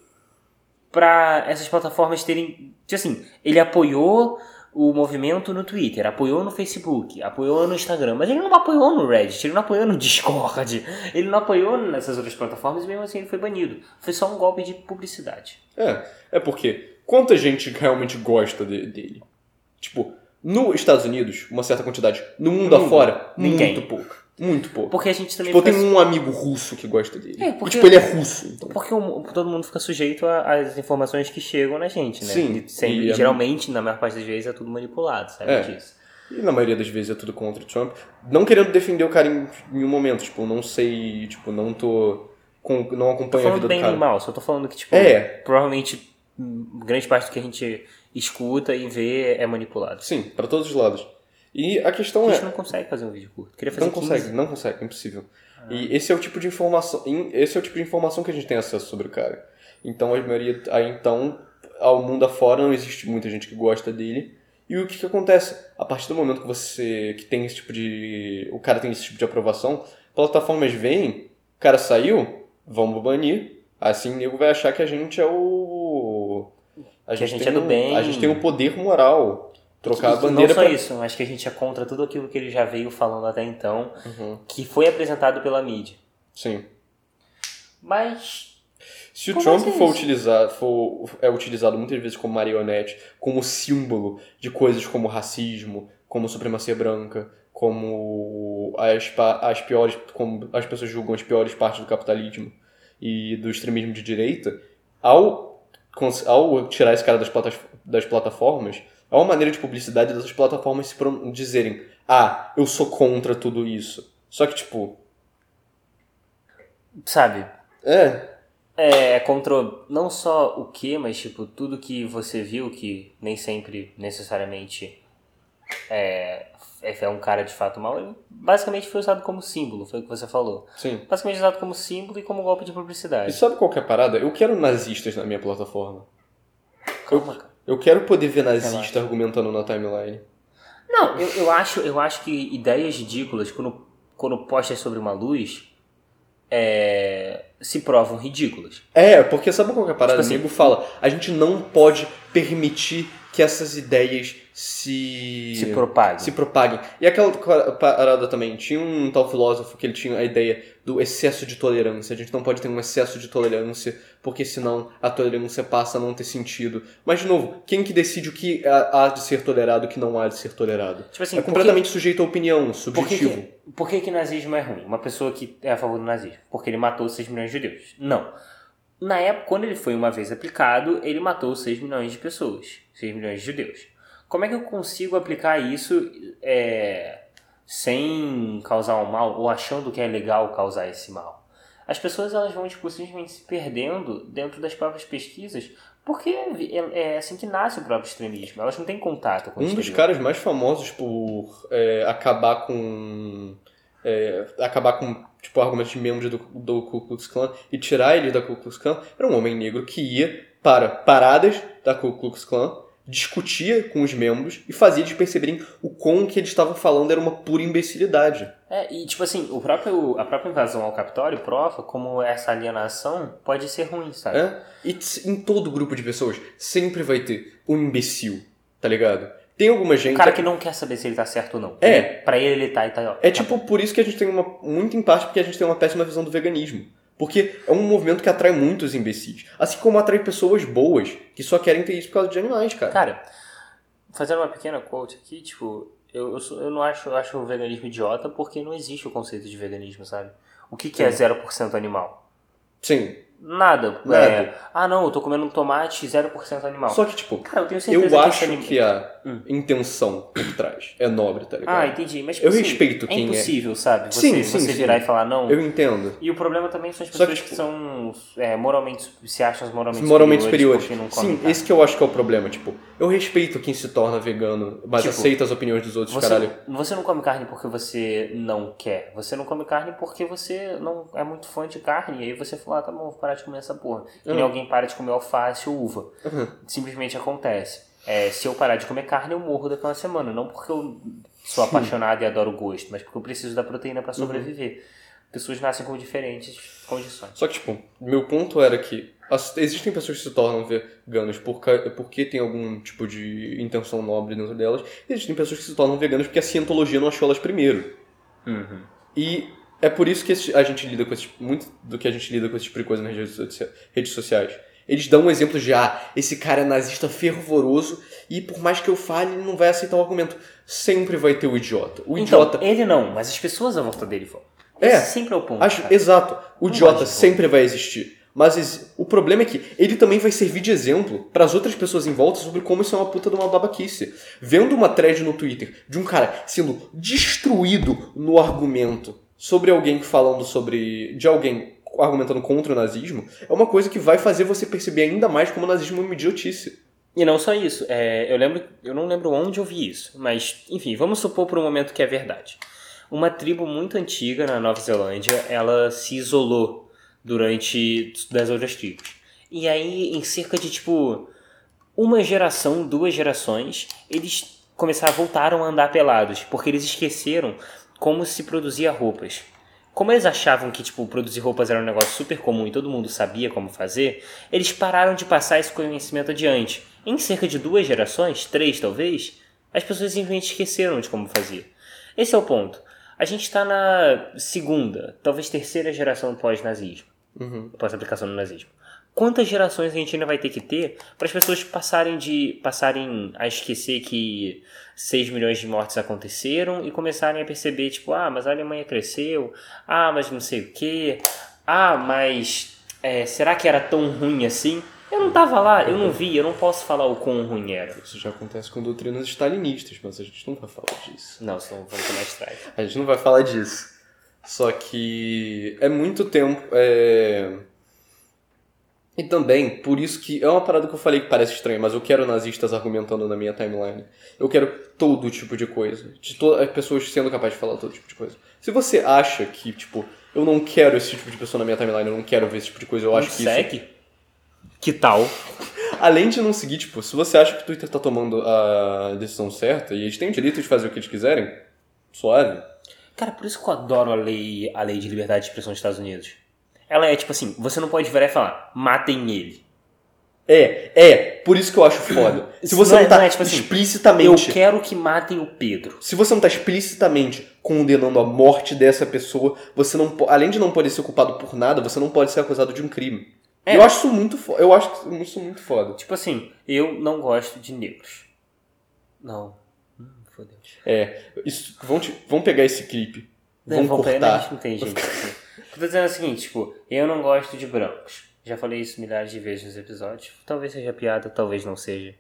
[SPEAKER 1] pra essas plataformas terem... Tipo assim, ele apoiou o movimento no Twitter, apoiou no Facebook, apoiou no Instagram, mas ele não apoiou no Reddit, ele não apoiou no Discord, ele não apoiou nessas outras plataformas e mesmo assim ele foi banido. Foi só um golpe de publicidade.
[SPEAKER 2] É, é porque quanta gente realmente gosta de- dele? Tipo, nos Estados Unidos, uma certa quantidade. No mundo
[SPEAKER 1] No mundo,
[SPEAKER 2] afora,
[SPEAKER 1] ninguém.
[SPEAKER 2] muito pouco. Muito pouco.
[SPEAKER 1] Porque a gente também
[SPEAKER 2] Tipo, eu
[SPEAKER 1] fica-
[SPEAKER 2] tenho um amigo russo que gosta dele.
[SPEAKER 1] É,
[SPEAKER 2] E,
[SPEAKER 1] porque-
[SPEAKER 2] tipo, ele é russo. Então.
[SPEAKER 1] Porque o- todo mundo fica sujeito a- às informações que chegam na gente, né?
[SPEAKER 2] Sim,
[SPEAKER 1] E sempre-
[SPEAKER 2] e é-
[SPEAKER 1] geralmente, na maior parte das vezes, é tudo manipulado, sabe
[SPEAKER 2] É.
[SPEAKER 1] disso?
[SPEAKER 2] E na maioria das vezes é tudo contra o Trump. Não querendo defender o cara em nenhum momento. Tipo, não sei. Tipo, não tô. com- não
[SPEAKER 1] Tô
[SPEAKER 2] acompanho a
[SPEAKER 1] falando
[SPEAKER 2] vida do
[SPEAKER 1] bem nem
[SPEAKER 2] cara.
[SPEAKER 1] mal, só tô falando que, tipo,
[SPEAKER 2] É,
[SPEAKER 1] provavelmente hum, grande parte do que a gente escuta e vê é manipulado.
[SPEAKER 2] sim, pra todos os lados. E a questão
[SPEAKER 1] A
[SPEAKER 2] é.
[SPEAKER 1] gente não consegue fazer um vídeo curto. Queria fazer Ah.
[SPEAKER 2] Não consegue,
[SPEAKER 1] 15.
[SPEAKER 2] não consegue, é impossível. E esse é o tipo de informação, em- esse é o tipo de informação que a gente tem acesso sobre o cara. Então a maioria, aí então ao mundo afora não existe muita gente que gosta dele. E o que que acontece? A partir do momento que você que tem esse tipo de, o cara tem esse tipo de aprovação, plataformas vêm, o cara saiu, vamos banir. Assim o nego vai achar que a gente é o a
[SPEAKER 1] Que a gente
[SPEAKER 2] tem
[SPEAKER 1] é do
[SPEAKER 2] um-
[SPEAKER 1] bem.
[SPEAKER 2] A gente tem o poder moral. Trocar a
[SPEAKER 1] E
[SPEAKER 2] bandeira
[SPEAKER 1] não só
[SPEAKER 2] pra-
[SPEAKER 1] isso, mas que a gente é contra tudo aquilo que ele já veio falando até então,
[SPEAKER 2] Uhum,
[SPEAKER 1] que foi apresentado pela mídia.
[SPEAKER 2] Sim.
[SPEAKER 1] Mas
[SPEAKER 2] Se o
[SPEAKER 1] Como
[SPEAKER 2] Trump
[SPEAKER 1] assim
[SPEAKER 2] for
[SPEAKER 1] isso?
[SPEAKER 2] utilizar, for, é utilizado muitas vezes como marionete, como símbolo de coisas como racismo, como supremacia branca, como as, pa- as piores, como as pessoas julgam as piores partes do capitalismo e do extremismo de direita, ao, cons- ao tirar esse cara das, platas, das plataformas, há uma maneira de publicidade dessas plataformas se pron- dizerem: ah, eu sou contra tudo isso. Só que tipo,
[SPEAKER 1] sabe,
[SPEAKER 2] é,
[SPEAKER 1] É, contra não só o que, mas tipo, tudo que você viu, que nem sempre necessariamente é, é um cara de fato mal, ele basicamente foi usado como símbolo, foi o que você falou.
[SPEAKER 2] sim.
[SPEAKER 1] Basicamente usado como símbolo e como golpe de
[SPEAKER 2] E
[SPEAKER 1] publicidade.
[SPEAKER 2] sabe qual que é a parada? Eu quero nazistas na minha plataforma.
[SPEAKER 1] Calma, cara.
[SPEAKER 2] Eu quero poder ver nazista argumentando na timeline.
[SPEAKER 1] Não, eu, eu, acho, eu acho que ideias ridículas, quando, quando postas sobre uma luz, é, se provam ridículas.
[SPEAKER 2] É, porque sabe qual que é a parada?
[SPEAKER 1] Tipo assim,
[SPEAKER 2] o amigo fala, a gente não pode permitir que essas ideias se...
[SPEAKER 1] Se propagam.
[SPEAKER 2] se propaguem. E aquela co- parada também, tinha um tal filósofo que ele tinha a ideia do excesso de tolerância. A gente não pode ter um excesso de tolerância, porque senão a tolerância passa a não ter sentido. Mas, de novo, quem que decide o que há há de ser tolerado e o que não há de ser tolerado?
[SPEAKER 1] Tipo assim,
[SPEAKER 2] é
[SPEAKER 1] por que-
[SPEAKER 2] completamente sujeito à opinião,
[SPEAKER 1] Por que,
[SPEAKER 2] subjetivo.
[SPEAKER 1] que, por que que nazismo é ruim? Uma pessoa que é a favor do nazismo. Porque ele matou 6 milhões de judeus. Não. Na época, quando ele foi uma vez aplicado, ele matou 6 milhões de pessoas. 6 milhões de judeus. Como é que eu consigo aplicar isso é, sem causar um mal ou achando que é legal causar esse mal? As pessoas elas vão tipo, simplesmente se perdendo dentro das próprias pesquisas Porque é, é assim que nasce o próprio extremismo. Elas não têm contato com o
[SPEAKER 2] Um dos
[SPEAKER 1] exterior.
[SPEAKER 2] caras mais famosos por é, acabar com. é, acabar com tipo, argumentos de membros do, do Ku Klux Klan e tirar ele da Ku Klux Klan era um homem negro que ia para paradas da Ku Klux Klan, discutia com os membros e fazia eles perceberem o quão o que eles estavam falando era uma pura imbecilidade.
[SPEAKER 1] É, e tipo assim, o próprio, a própria invasão ao Capitólio prova como essa alienação pode ser ruim, sabe?
[SPEAKER 2] É? E t- em todo grupo de pessoas sempre vai ter um imbecil, tá ligado? Tem alguma gente.
[SPEAKER 1] O cara que não quer saber se ele tá certo ou não.
[SPEAKER 2] É.
[SPEAKER 1] Ele- Pra ele, ele tá e tá. ó,
[SPEAKER 2] É
[SPEAKER 1] tá
[SPEAKER 2] tipo por isso que a gente tem uma. Muito em parte porque a gente tem uma péssima visão do veganismo. Porque é um movimento que atrai muitos imbecis. Assim como atrai pessoas boas que só querem ter isso por causa de animais, cara.
[SPEAKER 1] Cara, fazendo uma pequena quote aqui, tipo, eu, eu, sou- eu não acho, eu acho o veganismo idiota porque não existe o conceito de veganismo, sabe? O que, que é 0% animal?
[SPEAKER 2] Sim.
[SPEAKER 1] Nada.
[SPEAKER 2] Nada.
[SPEAKER 1] É, ah, não, eu tô comendo um tomate 0% animal.
[SPEAKER 2] Só que, tipo,
[SPEAKER 1] Cara, eu tenho certeza
[SPEAKER 2] eu
[SPEAKER 1] que
[SPEAKER 2] acho
[SPEAKER 1] esse anim-
[SPEAKER 2] que é, tá a
[SPEAKER 1] Hum.
[SPEAKER 2] intenção por trás é nobre, tá
[SPEAKER 1] Ah,
[SPEAKER 2] ligado?
[SPEAKER 1] entendi. Mas, tipo,
[SPEAKER 2] Eu
[SPEAKER 1] assim,
[SPEAKER 2] respeito
[SPEAKER 1] é
[SPEAKER 2] quem é.
[SPEAKER 1] impossível, sabe? Você,
[SPEAKER 2] Sim, sim,
[SPEAKER 1] você
[SPEAKER 2] sim.
[SPEAKER 1] virar e falar não.
[SPEAKER 2] eu entendo.
[SPEAKER 1] E o problema também são as
[SPEAKER 2] Só
[SPEAKER 1] pessoas
[SPEAKER 2] que,
[SPEAKER 1] que,
[SPEAKER 2] tipo,
[SPEAKER 1] são é, moralmente, se acham moralmente,
[SPEAKER 2] Moralmente superiores.
[SPEAKER 1] porque não comem
[SPEAKER 2] Sim,
[SPEAKER 1] carne.
[SPEAKER 2] esse que eu acho que é o problema. Tipo, eu respeito quem se torna vegano, mas
[SPEAKER 1] Tipo,
[SPEAKER 2] aceita as opiniões dos outros,
[SPEAKER 1] Você,
[SPEAKER 2] é caralho.
[SPEAKER 1] você não come carne porque você não quer. Você não come carne porque você não é muito fã de carne. E aí você fala, ah, tá bom, vou parar de comer essa porra. E
[SPEAKER 2] Uhum.
[SPEAKER 1] nem alguém para de comer alface ou uva.
[SPEAKER 2] Uhum.
[SPEAKER 1] Simplesmente acontece. É, se eu parar de comer carne, eu morro daqui a uma semana. Não porque eu sou apaixonado e adoro o gosto, mas porque eu preciso da proteína
[SPEAKER 2] Uhum.
[SPEAKER 1] para sobreviver. Pessoas nascem com diferentes condições.
[SPEAKER 2] Só que, tipo, meu ponto era que as- existem pessoas que se tornam veganas por ca- porque tem algum tipo de intenção nobre dentro delas, e existem pessoas que se tornam veganas porque a cientologia não achou elas primeiro. Uhum. E é por isso que esse- a gente lida com esse, muito do que a gente lida com esse tipo de coisa nas redes, socia- redes sociais. Eles dão um exemplo de, ah, esse cara é nazista fervoroso e por mais que eu fale, ele não vai aceitar o argumento. Sempre vai ter o idiota. O
[SPEAKER 1] Então,
[SPEAKER 2] idiota.
[SPEAKER 1] ele não, mas as pessoas à volta dele vão.
[SPEAKER 2] É.
[SPEAKER 1] Esse sempre é o ponto.
[SPEAKER 2] Acho,
[SPEAKER 1] cara.
[SPEAKER 2] exato. O
[SPEAKER 1] Não
[SPEAKER 2] idiota
[SPEAKER 1] acho.
[SPEAKER 2] sempre vai existir. Mas ex- o problema é que ele também vai servir de exemplo para as outras pessoas em volta sobre como isso é uma puta de uma babaquice. Vendo uma thread no Twitter de um cara sendo destruído no argumento sobre alguém falando sobre. de alguém argumentando contra o nazismo, é uma coisa que vai fazer você perceber ainda mais como o nazismo é uma idiotice.
[SPEAKER 1] E não só isso, é, eu lembro, eu não lembro onde eu vi isso, mas enfim, vamos supor por um momento que é verdade. Uma tribo muito antiga na Nova Zelândia, ela se isolou durante das outras tribos. E aí, em cerca de tipo uma geração, duas gerações, eles começaram, voltaram a andar pelados, porque eles esqueceram como se produzia roupas. Como eles achavam que tipo produzir roupas era um negócio super comum e todo mundo sabia como fazer, eles pararam de passar esse conhecimento adiante. Em cerca de duas gerações, três talvez, as pessoas simplesmente esqueceram de como fazia. Esse é o ponto. A gente está na segunda, talvez terceira geração do pós-nazismo
[SPEAKER 2] Uhum.
[SPEAKER 1] pós-aplicação do nazismo. Quantas gerações a gente ainda vai ter que ter para as pessoas passarem de passarem a esquecer que 6 milhões de mortes aconteceram e começarem a perceber, tipo, ah, mas a Alemanha cresceu, ah, mas não sei o quê, ah, mas é, será que era tão ruim assim? Eu não tava lá, eu não vi, eu não posso falar o quão ruim era.
[SPEAKER 2] Isso já acontece com doutrinas stalinistas, mas a gente não vai falar disso.
[SPEAKER 1] Não, senão vamos tomar strike.
[SPEAKER 2] A gente não vai falar disso. Só que é muito tempo. é, E também, por isso que é uma parada que eu falei que parece estranha, mas eu quero nazistas argumentando na minha timeline. Eu quero todo tipo de coisa. De to... é, pessoas sendo capazes de falar todo tipo de coisa. Se você acha que, tipo, eu não quero esse tipo de pessoa na minha timeline, eu não quero ver esse tipo de coisa, eu acho que isso
[SPEAKER 1] Segue? Que tal?
[SPEAKER 2] Além de não seguir, tipo, se você acha que o Twitter tá tomando a decisão certa, e eles têm o direito de fazer o que eles quiserem, suave.
[SPEAKER 1] Cara, por isso que eu adoro a lei, a lei de liberdade de expressão dos Estados Unidos. Ela é tipo assim, você não pode virar e falar, matem ele.
[SPEAKER 2] É, é, por isso que eu acho foda. Se
[SPEAKER 1] Isso
[SPEAKER 2] você
[SPEAKER 1] não
[SPEAKER 2] não,
[SPEAKER 1] é-
[SPEAKER 2] tá
[SPEAKER 1] não é, tipo assim,
[SPEAKER 2] explicitamente.
[SPEAKER 1] Eu quero que matem o Pedro.
[SPEAKER 2] Se você não tá explicitamente condenando a morte dessa pessoa, você não po- além de não poder ser culpado por nada, você não pode ser acusado de um crime.
[SPEAKER 1] É.
[SPEAKER 2] Eu acho isso muito foda. Eu acho isso muito foda.
[SPEAKER 1] Tipo assim, eu não gosto de negros. Não. Hum, fodeu.
[SPEAKER 2] Isso, vão, te- vão pegar esse clipe.
[SPEAKER 1] Não,
[SPEAKER 2] Vão
[SPEAKER 1] vamos pra- não, a gente
[SPEAKER 2] cortar.
[SPEAKER 1] Não tem gente. assim. Eu tô dizendo o seguinte, tipo, eu não gosto de brancos. Já falei isso milhares de vezes nos episódios. Talvez seja piada, talvez não seja.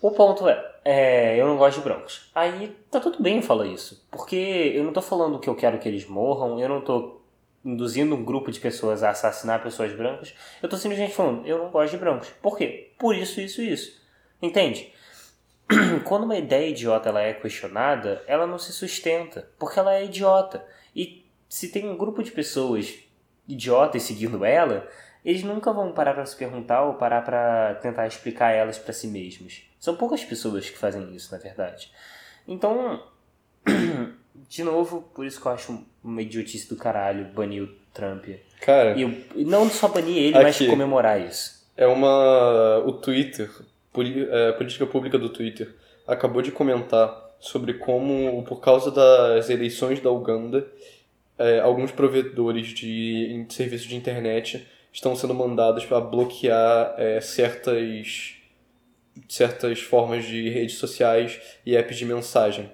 [SPEAKER 1] O ponto é, é, eu não gosto de brancos. Aí tá tudo bem eu falar isso. Porque eu não tô falando que eu quero que eles morram, eu não tô induzindo um grupo de pessoas a assassinar pessoas brancas, eu tô simplesmente falando, eu não gosto de brancos. Por quê? Por isso, isso e isso. Entende? Quando uma ideia idiota ela é questionada, ela não se sustenta, porque ela é idiota. E se tem um grupo de pessoas idiotas seguindo ela, eles nunca vão parar para se perguntar ou parar para tentar explicar elas para si mesmos. São poucas pessoas que fazem isso, na verdade. Então, de novo, por isso que eu acho uma idiotice do caralho banir o Trump.
[SPEAKER 2] Cara,
[SPEAKER 1] E eu- e não só banir ele, mas
[SPEAKER 2] Aqui.
[SPEAKER 1] comemorar isso.
[SPEAKER 2] é uma. O Twitter, poli- é, a política pública do Twitter, acabou de comentar sobre como, por causa das eleições da Uganda, é, alguns provedores de in- serviços de internet estão sendo mandados para bloquear é, certas certas formas de redes sociais e apps de mensagem.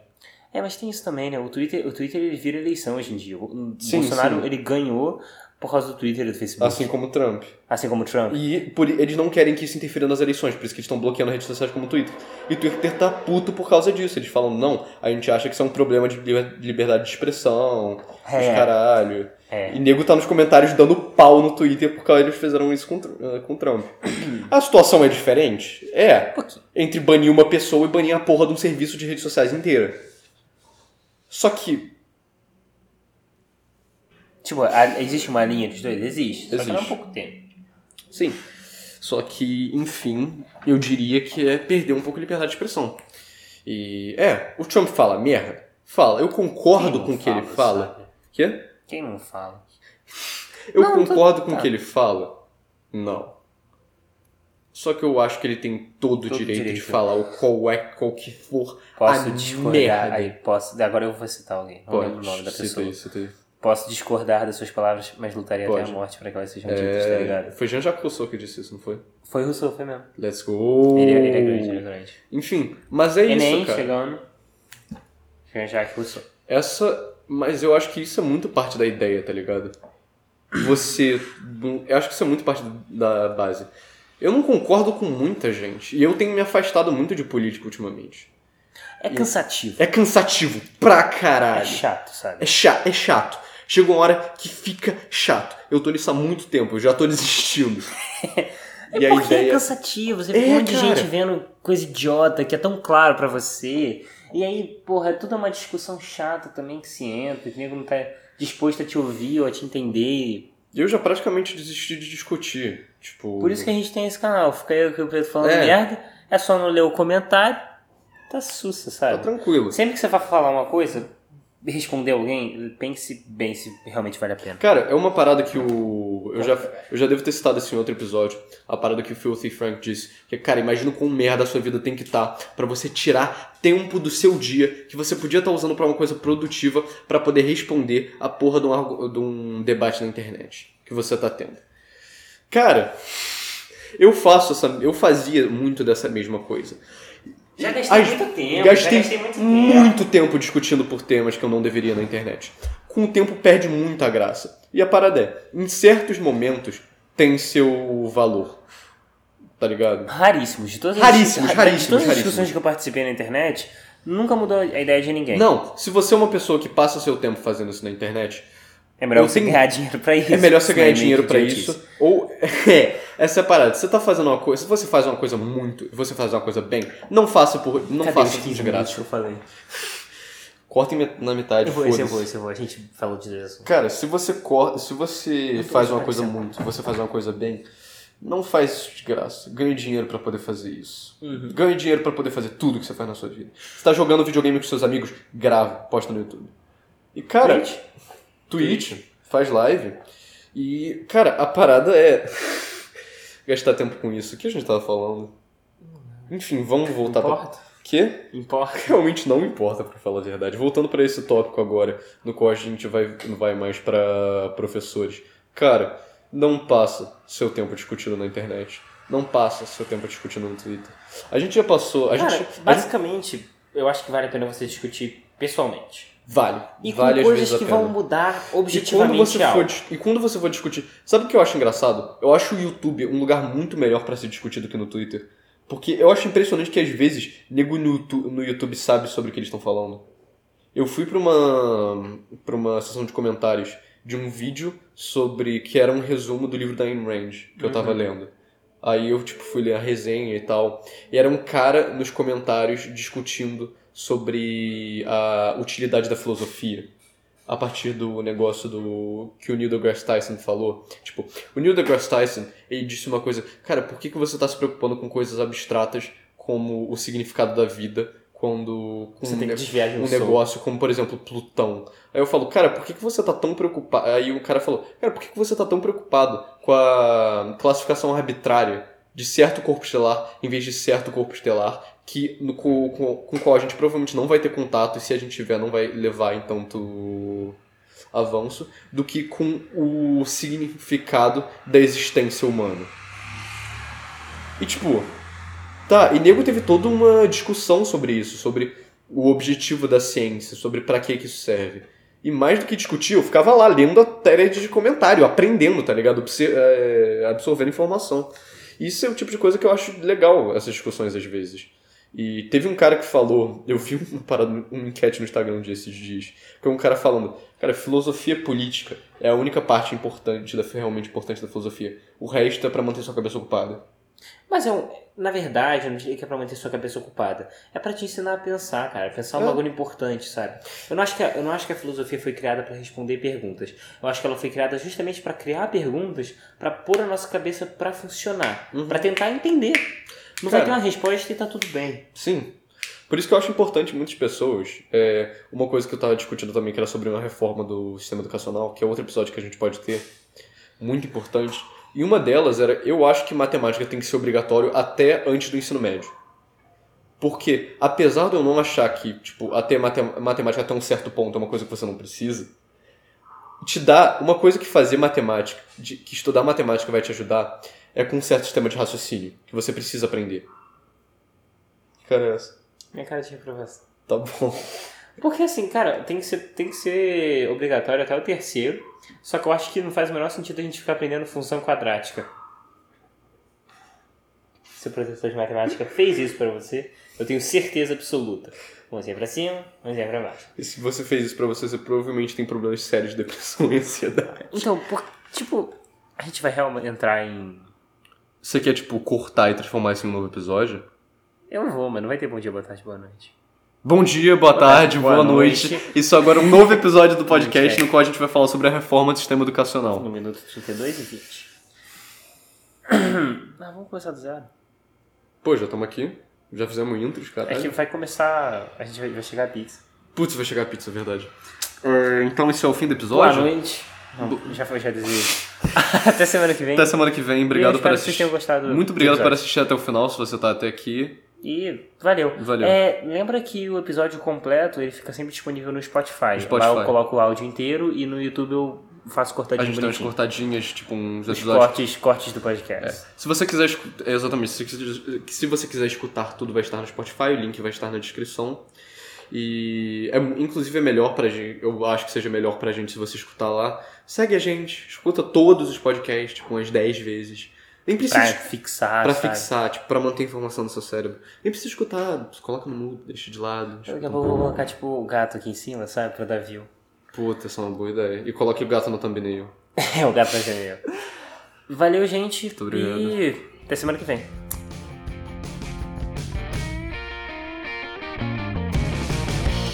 [SPEAKER 1] É, mas tem isso também, né? O Twitter, o Twitter ele vira eleição hoje em dia. O
[SPEAKER 2] Sim,
[SPEAKER 1] Bolsonaro
[SPEAKER 2] sim.
[SPEAKER 1] ele ganhou por causa do Twitter e do Facebook.
[SPEAKER 2] Assim como o Trump.
[SPEAKER 1] Assim como o Trump.
[SPEAKER 2] E por- eles não querem que isso interfira nas eleições, por isso que eles estão bloqueando redes sociais como o Twitter. E o Twitter tá puto por causa disso. Eles falam, não, a gente acha que isso é um problema de liber- liberdade de expressão,
[SPEAKER 1] É.
[SPEAKER 2] os caralho.
[SPEAKER 1] É.
[SPEAKER 2] E nego tá nos comentários dando pau no Twitter porque eles fizeram isso com, Tr- eh, com o Trump. a situação é diferente? É.
[SPEAKER 1] Um pouquinho.
[SPEAKER 2] Entre banir uma pessoa e banir a porra de um serviço de redes sociais inteira. Só que
[SPEAKER 1] Tipo, a- existe uma linha dos dois? Existe. Só que não é
[SPEAKER 2] Existe.
[SPEAKER 1] pouco tempo.
[SPEAKER 2] Sim. Só que, enfim, eu diria que é perder um pouco de liberdade de expressão. E é, o Trump fala merda? Fala, eu concordo
[SPEAKER 1] Quem não
[SPEAKER 2] com o que ele
[SPEAKER 1] fala,
[SPEAKER 2] fala.
[SPEAKER 1] sabe?
[SPEAKER 2] Quê?
[SPEAKER 1] Quem não fala?
[SPEAKER 2] Eu
[SPEAKER 1] Não, tô-
[SPEAKER 2] concordo com o
[SPEAKER 1] tá.
[SPEAKER 2] que ele fala? Não. Só que eu acho que ele tem todo o
[SPEAKER 1] Todo
[SPEAKER 2] direito, de
[SPEAKER 1] direito.
[SPEAKER 2] falar o qual é, qual que for.
[SPEAKER 1] Posso
[SPEAKER 2] A
[SPEAKER 1] discordar.
[SPEAKER 2] merda.
[SPEAKER 1] Aí, posso. Agora eu vou citar alguém. Não lembro o nome da
[SPEAKER 2] cita
[SPEAKER 1] pessoa.
[SPEAKER 2] aí, cita aí.
[SPEAKER 1] Posso discordar das suas palavras, mas lutaria até
[SPEAKER 2] Pode.
[SPEAKER 1] a morte para que elas sejam ditas, tá
[SPEAKER 2] É,
[SPEAKER 1] ligado?
[SPEAKER 2] foi Jean-Jacques Rousseau que disse isso, não foi?
[SPEAKER 1] Foi Rousseau, foi mesmo.
[SPEAKER 2] Let's go!
[SPEAKER 1] Ele, é- ele é grande, ele é grande.
[SPEAKER 2] Enfim, mas é
[SPEAKER 1] Enem
[SPEAKER 2] isso, cara.
[SPEAKER 1] chegando. Jean-Jacques Rousseau.
[SPEAKER 2] Essa. Mas eu acho que isso é muito parte da ideia, tá ligado? Você. Eu acho que isso é muito parte da base. Eu não concordo com muita gente. E eu tenho me afastado muito de política ultimamente.
[SPEAKER 1] É cansativo.
[SPEAKER 2] É cansativo pra caralho.
[SPEAKER 1] É chato, sabe?
[SPEAKER 2] É chato, é chato. Chega uma hora que fica chato. Eu tô nisso há muito tempo, eu já tô desistindo.
[SPEAKER 1] É porque é cansativo, você vê
[SPEAKER 2] É,
[SPEAKER 1] um monte de
[SPEAKER 2] cara.
[SPEAKER 1] gente vendo coisa idiota que é tão claro pra você. E aí, porra, é tudo uma discussão chata também que se entra, que o nego não tá disposto a te ouvir ou a te entender.
[SPEAKER 2] Eu já praticamente desisti de discutir. Tipo.
[SPEAKER 1] Por isso que a gente tem esse canal. Fica aí o que o Pedro falando
[SPEAKER 2] É.
[SPEAKER 1] merda, é só não ler o comentário, tá sussa,
[SPEAKER 2] tá
[SPEAKER 1] sabe?
[SPEAKER 2] tranquilo.
[SPEAKER 1] Sempre que você vai falar uma coisa, responder alguém, pense bem se realmente vale a pena.
[SPEAKER 2] Cara, é uma parada que o. Eu já, eu já devo ter citado isso em outro episódio. A parada que o Filthy Frank disse. Que, cara, imagina o quão merda a sua vida tem que estar tá pra você tirar tempo do seu dia que você podia estar usando pra uma coisa produtiva pra poder responder a porra de um, argu- de um debate na internet que você tá tendo. Cara, eu faço essa. Eu fazia muito dessa mesma coisa.
[SPEAKER 1] Já gastei
[SPEAKER 2] Ai,
[SPEAKER 1] muito tempo,
[SPEAKER 2] Gastei,
[SPEAKER 1] já gastei muito tempo.
[SPEAKER 2] muito tempo discutindo por temas que eu não deveria na internet. Com o tempo perde muita graça. E a parada é, em certos momentos tem seu valor. Tá ligado?
[SPEAKER 1] Raríssimos. De todas
[SPEAKER 2] Raríssimos,
[SPEAKER 1] as,
[SPEAKER 2] raríssimos,
[SPEAKER 1] De todas as
[SPEAKER 2] raríssimos.
[SPEAKER 1] discussões que eu participei na internet, nunca mudou a ideia de ninguém.
[SPEAKER 2] Não, se você é uma pessoa que passa seu tempo fazendo isso na internet,
[SPEAKER 1] é melhor
[SPEAKER 2] eu
[SPEAKER 1] você
[SPEAKER 2] tenho-
[SPEAKER 1] ganhar dinheiro pra isso.
[SPEAKER 2] é melhor você
[SPEAKER 1] senão
[SPEAKER 2] ganhar
[SPEAKER 1] meio
[SPEAKER 2] dinheiro pra
[SPEAKER 1] idiotice.
[SPEAKER 2] isso. Ou é, essa é a parada. Você tá fazendo uma coisa, se você faz uma coisa muito, e você faz uma coisa bem, não faça por, não
[SPEAKER 1] Cadê os
[SPEAKER 2] faça
[SPEAKER 1] 15 minutos
[SPEAKER 2] de graça.
[SPEAKER 1] que eu falei?
[SPEAKER 2] Corta em met- na metade,
[SPEAKER 1] Eu vou, esse eu
[SPEAKER 2] É, foda-se.
[SPEAKER 1] vou, esse eu vou. A gente falou de dois assuntos.
[SPEAKER 2] Cara, se você corta, se você
[SPEAKER 1] Não tem
[SPEAKER 2] faz
[SPEAKER 1] mais
[SPEAKER 2] uma coisa
[SPEAKER 1] parecer.
[SPEAKER 2] muito, você faz uma coisa bem, não faz isso de graça. Ganhe dinheiro pra poder fazer isso.
[SPEAKER 1] Uhum.
[SPEAKER 2] Ganhe dinheiro pra poder fazer tudo que você faz na sua vida. Você tá jogando videogame com seus amigos? Grava, posta no YouTube. E cara, Twitch,
[SPEAKER 1] Gente,
[SPEAKER 2] faz live. E cara, a parada é gastar tempo com isso. O que a gente tava falando? Enfim, vamos voltar pra
[SPEAKER 1] importa?
[SPEAKER 2] quê?
[SPEAKER 1] Importa.
[SPEAKER 2] realmente não importa, pra falar a verdade. Voltando pra esse tópico agora, no qual a gente vai, vai mais pra professores. Cara, não passa seu tempo discutindo na internet. Não passa seu tempo discutindo no Twitter. A gente já passou. A
[SPEAKER 1] Cara,
[SPEAKER 2] gente. a gente-
[SPEAKER 1] basicamente, eu acho que vale a pena você discutir pessoalmente.
[SPEAKER 2] vale.
[SPEAKER 1] E
[SPEAKER 2] vale
[SPEAKER 1] com
[SPEAKER 2] às
[SPEAKER 1] coisas
[SPEAKER 2] vezes a
[SPEAKER 1] que
[SPEAKER 2] pena.
[SPEAKER 1] vão mudar
[SPEAKER 2] E quando,
[SPEAKER 1] objetivamente
[SPEAKER 2] você
[SPEAKER 1] algo.
[SPEAKER 2] for, dis- e quando você for discutir. Sabe o que eu acho engraçado? Eu acho o YouTube um lugar muito melhor pra se discutir do que no Twitter. Porque eu acho impressionante que às vezes nego no, Yutu- no YouTube sabe sobre o que eles estão falando. Eu fui pra uma. pra uma sessão de comentários de um vídeo sobre que era um resumo do livro da Ayn Rand que eu tava lendo. Aí eu tipo fui ler a resenha e tal, e era um cara nos comentários discutindo sobre a utilidade da filosofia a partir do negócio do que o Neil deGrasse Tyson falou. Tipo, o Neil deGrasse Tyson, ele disse uma coisa, cara, por que, que você está se preocupando com coisas abstratas como o significado da vida quando com
[SPEAKER 1] Você tem que
[SPEAKER 2] ne-
[SPEAKER 1] desviar de um
[SPEAKER 2] um
[SPEAKER 1] som.
[SPEAKER 2] negócio como, por exemplo, Plutão. Aí eu falo, cara, por que, que você tá tão preocupado? Aí o cara falou, cara, por que, que você tá tão preocupado com a classificação arbitrária de certo corpo estelar em vez de certo corpo estelar que no, co- com, com o qual a gente provavelmente não vai ter contato e se a gente tiver não vai levar em tanto avanço do que com o significado da existência humana. E tipo, Tá, e nego teve toda uma discussão sobre isso, sobre o objetivo da ciência, sobre pra que que isso serve. E mais do que discutir, eu ficava lá lendo a thread de comentário, aprendendo, tá ligado? Abse- é, Absorvendo informação. Isso é o tipo de coisa que eu acho legal, essas discussões às vezes. E teve um cara que falou, eu vi uma, parada, uma enquete no Instagram desses dias, que é um cara falando, cara, filosofia política é a única parte importante, da, realmente importante da filosofia. O resto é pra manter sua cabeça ocupada.
[SPEAKER 1] Mas é um, na verdade, eu não diria que é pra manter sua cabeça ocupada. É pra te ensinar a pensar, cara. Pensar é um
[SPEAKER 2] É.
[SPEAKER 1] bagulho importante, sabe? Eu não acho que a, eu não acho que a filosofia foi criada pra responder perguntas. Eu acho que ela foi criada justamente pra criar perguntas, pra pôr a nossa cabeça pra funcionar,
[SPEAKER 2] Uhum.
[SPEAKER 1] Pra tentar entender. Não vai
[SPEAKER 2] Cara.
[SPEAKER 1] ter uma resposta e tá tudo bem.
[SPEAKER 2] Sim. Por isso que eu acho importante muitas pessoas. é, uma coisa que eu tava discutindo também, que era sobre uma reforma do sistema educacional, que é outro episódio que a gente pode ter, muito importante. E uma delas era: eu acho que matemática tem que ser obrigatório até antes do ensino médio. Porque, apesar de eu não achar que, tipo, até mate- matemática até um certo ponto é uma coisa que você não precisa, te dá uma coisa que fazer matemática, de- que estudar matemática vai te ajudar, é com um certo sistema de raciocínio que você precisa aprender. Cara, é essa.
[SPEAKER 1] Minha cara de reprovação.
[SPEAKER 2] Tá bom.
[SPEAKER 1] Porque assim, cara, tem que, ser, tem que ser obrigatório até o terceiro. Só que eu acho que não faz o menor sentido a gente ficar aprendendo função quadrática. Seu professor de matemática fez isso pra você, eu tenho certeza absoluta. Mãozinha pra cima, mãozinha pra baixo.
[SPEAKER 2] E se você fez isso pra você, você provavelmente tem problemas sérios de depressão e ansiedade.
[SPEAKER 1] Então, por, tipo, a gente vai realmente entrar em.
[SPEAKER 2] Você quer, tipo, cortar e transformar isso em um novo episódio?
[SPEAKER 1] Eu não vou, mas não vai ter bom dia, boa tarde, boa noite.
[SPEAKER 2] Bom dia, boa, tarde, boa, noite. Isso agora é um novo episódio do podcast
[SPEAKER 1] Gente, é.
[SPEAKER 2] no qual a gente vai falar sobre a reforma do sistema educacional.
[SPEAKER 1] No Um minuto 32 e 20. Ah, vamos começar do zero.
[SPEAKER 2] Pô, já estamos aqui. Já fizemos intros, cara.
[SPEAKER 1] É que vai começar. A gente vai, vai chegar a pizza.
[SPEAKER 2] Putz, vai chegar a pizza, é verdade. É, então esse é o fim do
[SPEAKER 1] Boa
[SPEAKER 2] episódio.
[SPEAKER 1] noite. Não, já foi, já desejo. Até semana que vem.
[SPEAKER 2] Até semana que vem.
[SPEAKER 1] E eu
[SPEAKER 2] Tá
[SPEAKER 1] espero
[SPEAKER 2] Obrigado por
[SPEAKER 1] que vocês
[SPEAKER 2] assistir.
[SPEAKER 1] tenham gostado.
[SPEAKER 2] Muito
[SPEAKER 1] do
[SPEAKER 2] obrigado por
[SPEAKER 1] episódio.
[SPEAKER 2] assistir até o final, se você tá até aqui.
[SPEAKER 1] E valeu.
[SPEAKER 2] Valeu.
[SPEAKER 1] É, lembra que o episódio completo ele fica sempre disponível no Spotify.
[SPEAKER 2] Spotify.
[SPEAKER 1] Lá eu coloco o áudio inteiro e no YouTube eu faço
[SPEAKER 2] A
[SPEAKER 1] cortadinho
[SPEAKER 2] gente tem umas
[SPEAKER 1] bonitinho.
[SPEAKER 2] cortadinhas, tipo, uns
[SPEAKER 1] Os
[SPEAKER 2] episódios
[SPEAKER 1] cortes, cortes do podcast.
[SPEAKER 2] Se você quiser escutar. Exatamente. Se, quiser- se você quiser escutar, tudo vai estar no Spotify, o link vai estar na descrição. E é, inclusive é melhor pra gente. Eu acho que seja melhor pra gente se você escutar lá. Segue a gente, escuta todos os podcasts, tipo, umas 10 vezes. Nem precisa
[SPEAKER 1] Pra
[SPEAKER 2] escutar
[SPEAKER 1] fixar,
[SPEAKER 2] pra
[SPEAKER 1] sabe?
[SPEAKER 2] fixar, tipo, pra manter a informação no seu cérebro. Nem precisa escutar, coloca no mudo, deixa de lado.
[SPEAKER 1] Daqui
[SPEAKER 2] escuta
[SPEAKER 1] a
[SPEAKER 2] um
[SPEAKER 1] pouco eu vou
[SPEAKER 2] pouco.
[SPEAKER 1] colocar tipo o gato aqui em cima, sabe? Pra dar view.
[SPEAKER 2] Puta, essa é uma boa ideia. E coloque o gato no thumbnail.
[SPEAKER 1] É o gato da janela. Valeu, gente.
[SPEAKER 2] Muito obrigado.
[SPEAKER 1] E até semana que vem.